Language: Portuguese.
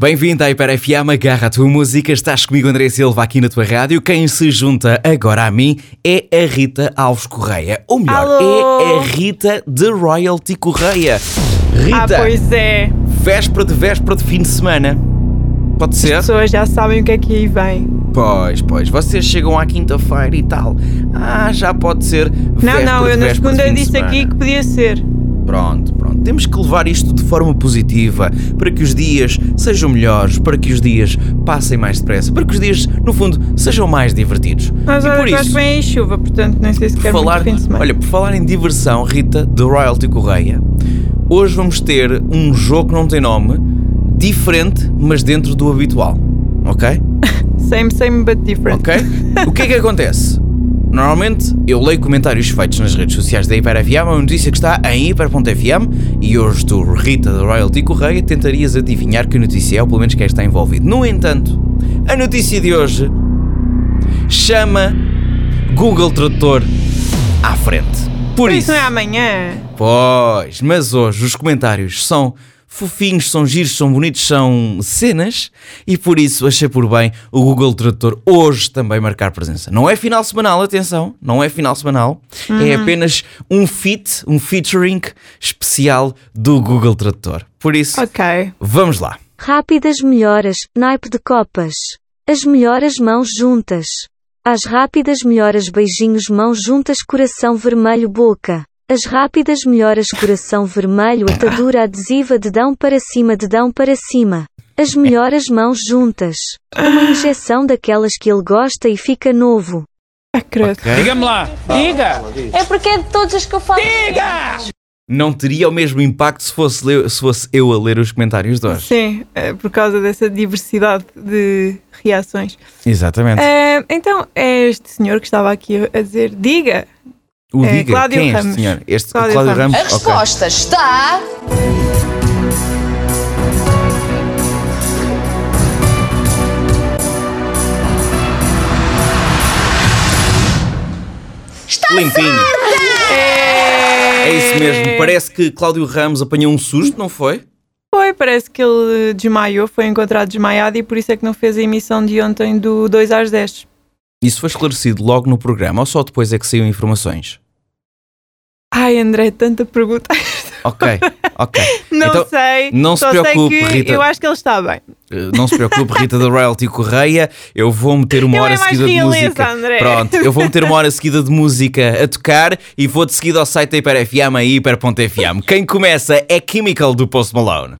Bem-vindo à HiperFM, agarra a tua música, estás comigo André Silva aqui na tua rádio. Quem se junta agora a mim é a Rita Alves Correia, ou melhor, Alô? é a Rita de Royalty Correia. Ah, Rita, pois é. véspera de véspera de fim de semana. Pode ser? As pessoas já sabem o que é que aí vem. Pois, pois, vocês chegam à quinta-feira e tal. Ah, já pode ser Não, véspera não, eu de na véspera de segunda fim de disse semana. aqui que podia ser. Pronto, pronto. Temos que levar isto de forma positiva para que os dias sejam melhores, para que os dias passem mais depressa, para que os dias, no fundo, sejam mais divertidos. Mas e olha por que acho isso, que vem aí chuva, portanto nem sei se por quero falar, muito fim de semana. olha, por falar em diversão, Rita, do Royalty Correia, hoje vamos ter um jogo que não tem nome, diferente, mas dentro do habitual. Ok? Same, same but different. Ok? O que é que acontece? Normalmente eu leio comentários feitos nas redes sociais da Hiper FM, uma notícia que está em hiper.fm e hoje tu, Rita da Royalty Correia, tentarias adivinhar que notícia é, ou pelo menos quem está envolvido. No entanto, a notícia de hoje chama Google Tradutor à frente. Por Por isso, isso não é amanhã. Pois, mas hoje os comentários são fofinhos, são giros, são bonitos, são cenas e por isso achei por bem o Google Tradutor hoje também marcar presença. Não é final semanal, atenção, não é final semanal, é Uhum. apenas um feat, um featuring especial do Google Tradutor. Por isso, Ok. é vamos lá. Rápidas melhoras, naipe de copas. As melhoras mãos juntas. As rápidas melhoras beijinhos mãos juntas coração vermelho boca. As rápidas melhoras coração vermelho atadura adesiva dedão para cima dedão para cima. As melhoras mãos juntas. Uma injeção daquelas que ele gosta e fica novo. Ah, credo. Diga-me lá, diga! É porque é de todas as que eu falo. Não teria o mesmo impacto se fosse, le- se fosse eu a ler os comentários de hoje. Sim, é por causa dessa diversidade de reações. Exatamente. Ah, então é este senhor que estava aqui a dizer: diga. o é Diga, Cláudio quem é este Ramos. senhor? Este Cláudio Cláudio, Ramos. Ramos. Ok. A resposta está. Limpinho. É isso mesmo. Parece que Cláudio Ramos apanhou um susto, não foi? Foi, parece que ele desmaiou, foi encontrado desmaiado e por isso é que não fez a emissão de ontem do 2 às 10. Isso foi esclarecido logo no programa ou só depois é que saíram informações? Ai, André, tanta pergunta. Ok, ok. Não Então, sei. não se só preocupe, sei que Rita. Eu acho que ele está bem. Eh, Não se preocupe, Rita da Royalty Correia. Eu vou meter uma Eu hora é mais seguida de realeza, música. André. Pronto, eu vou meter uma hora seguida de música a tocar e vou de seguida ao site da Hiper FM e hiper.fm. Quem começa é Chemical do Post Malone.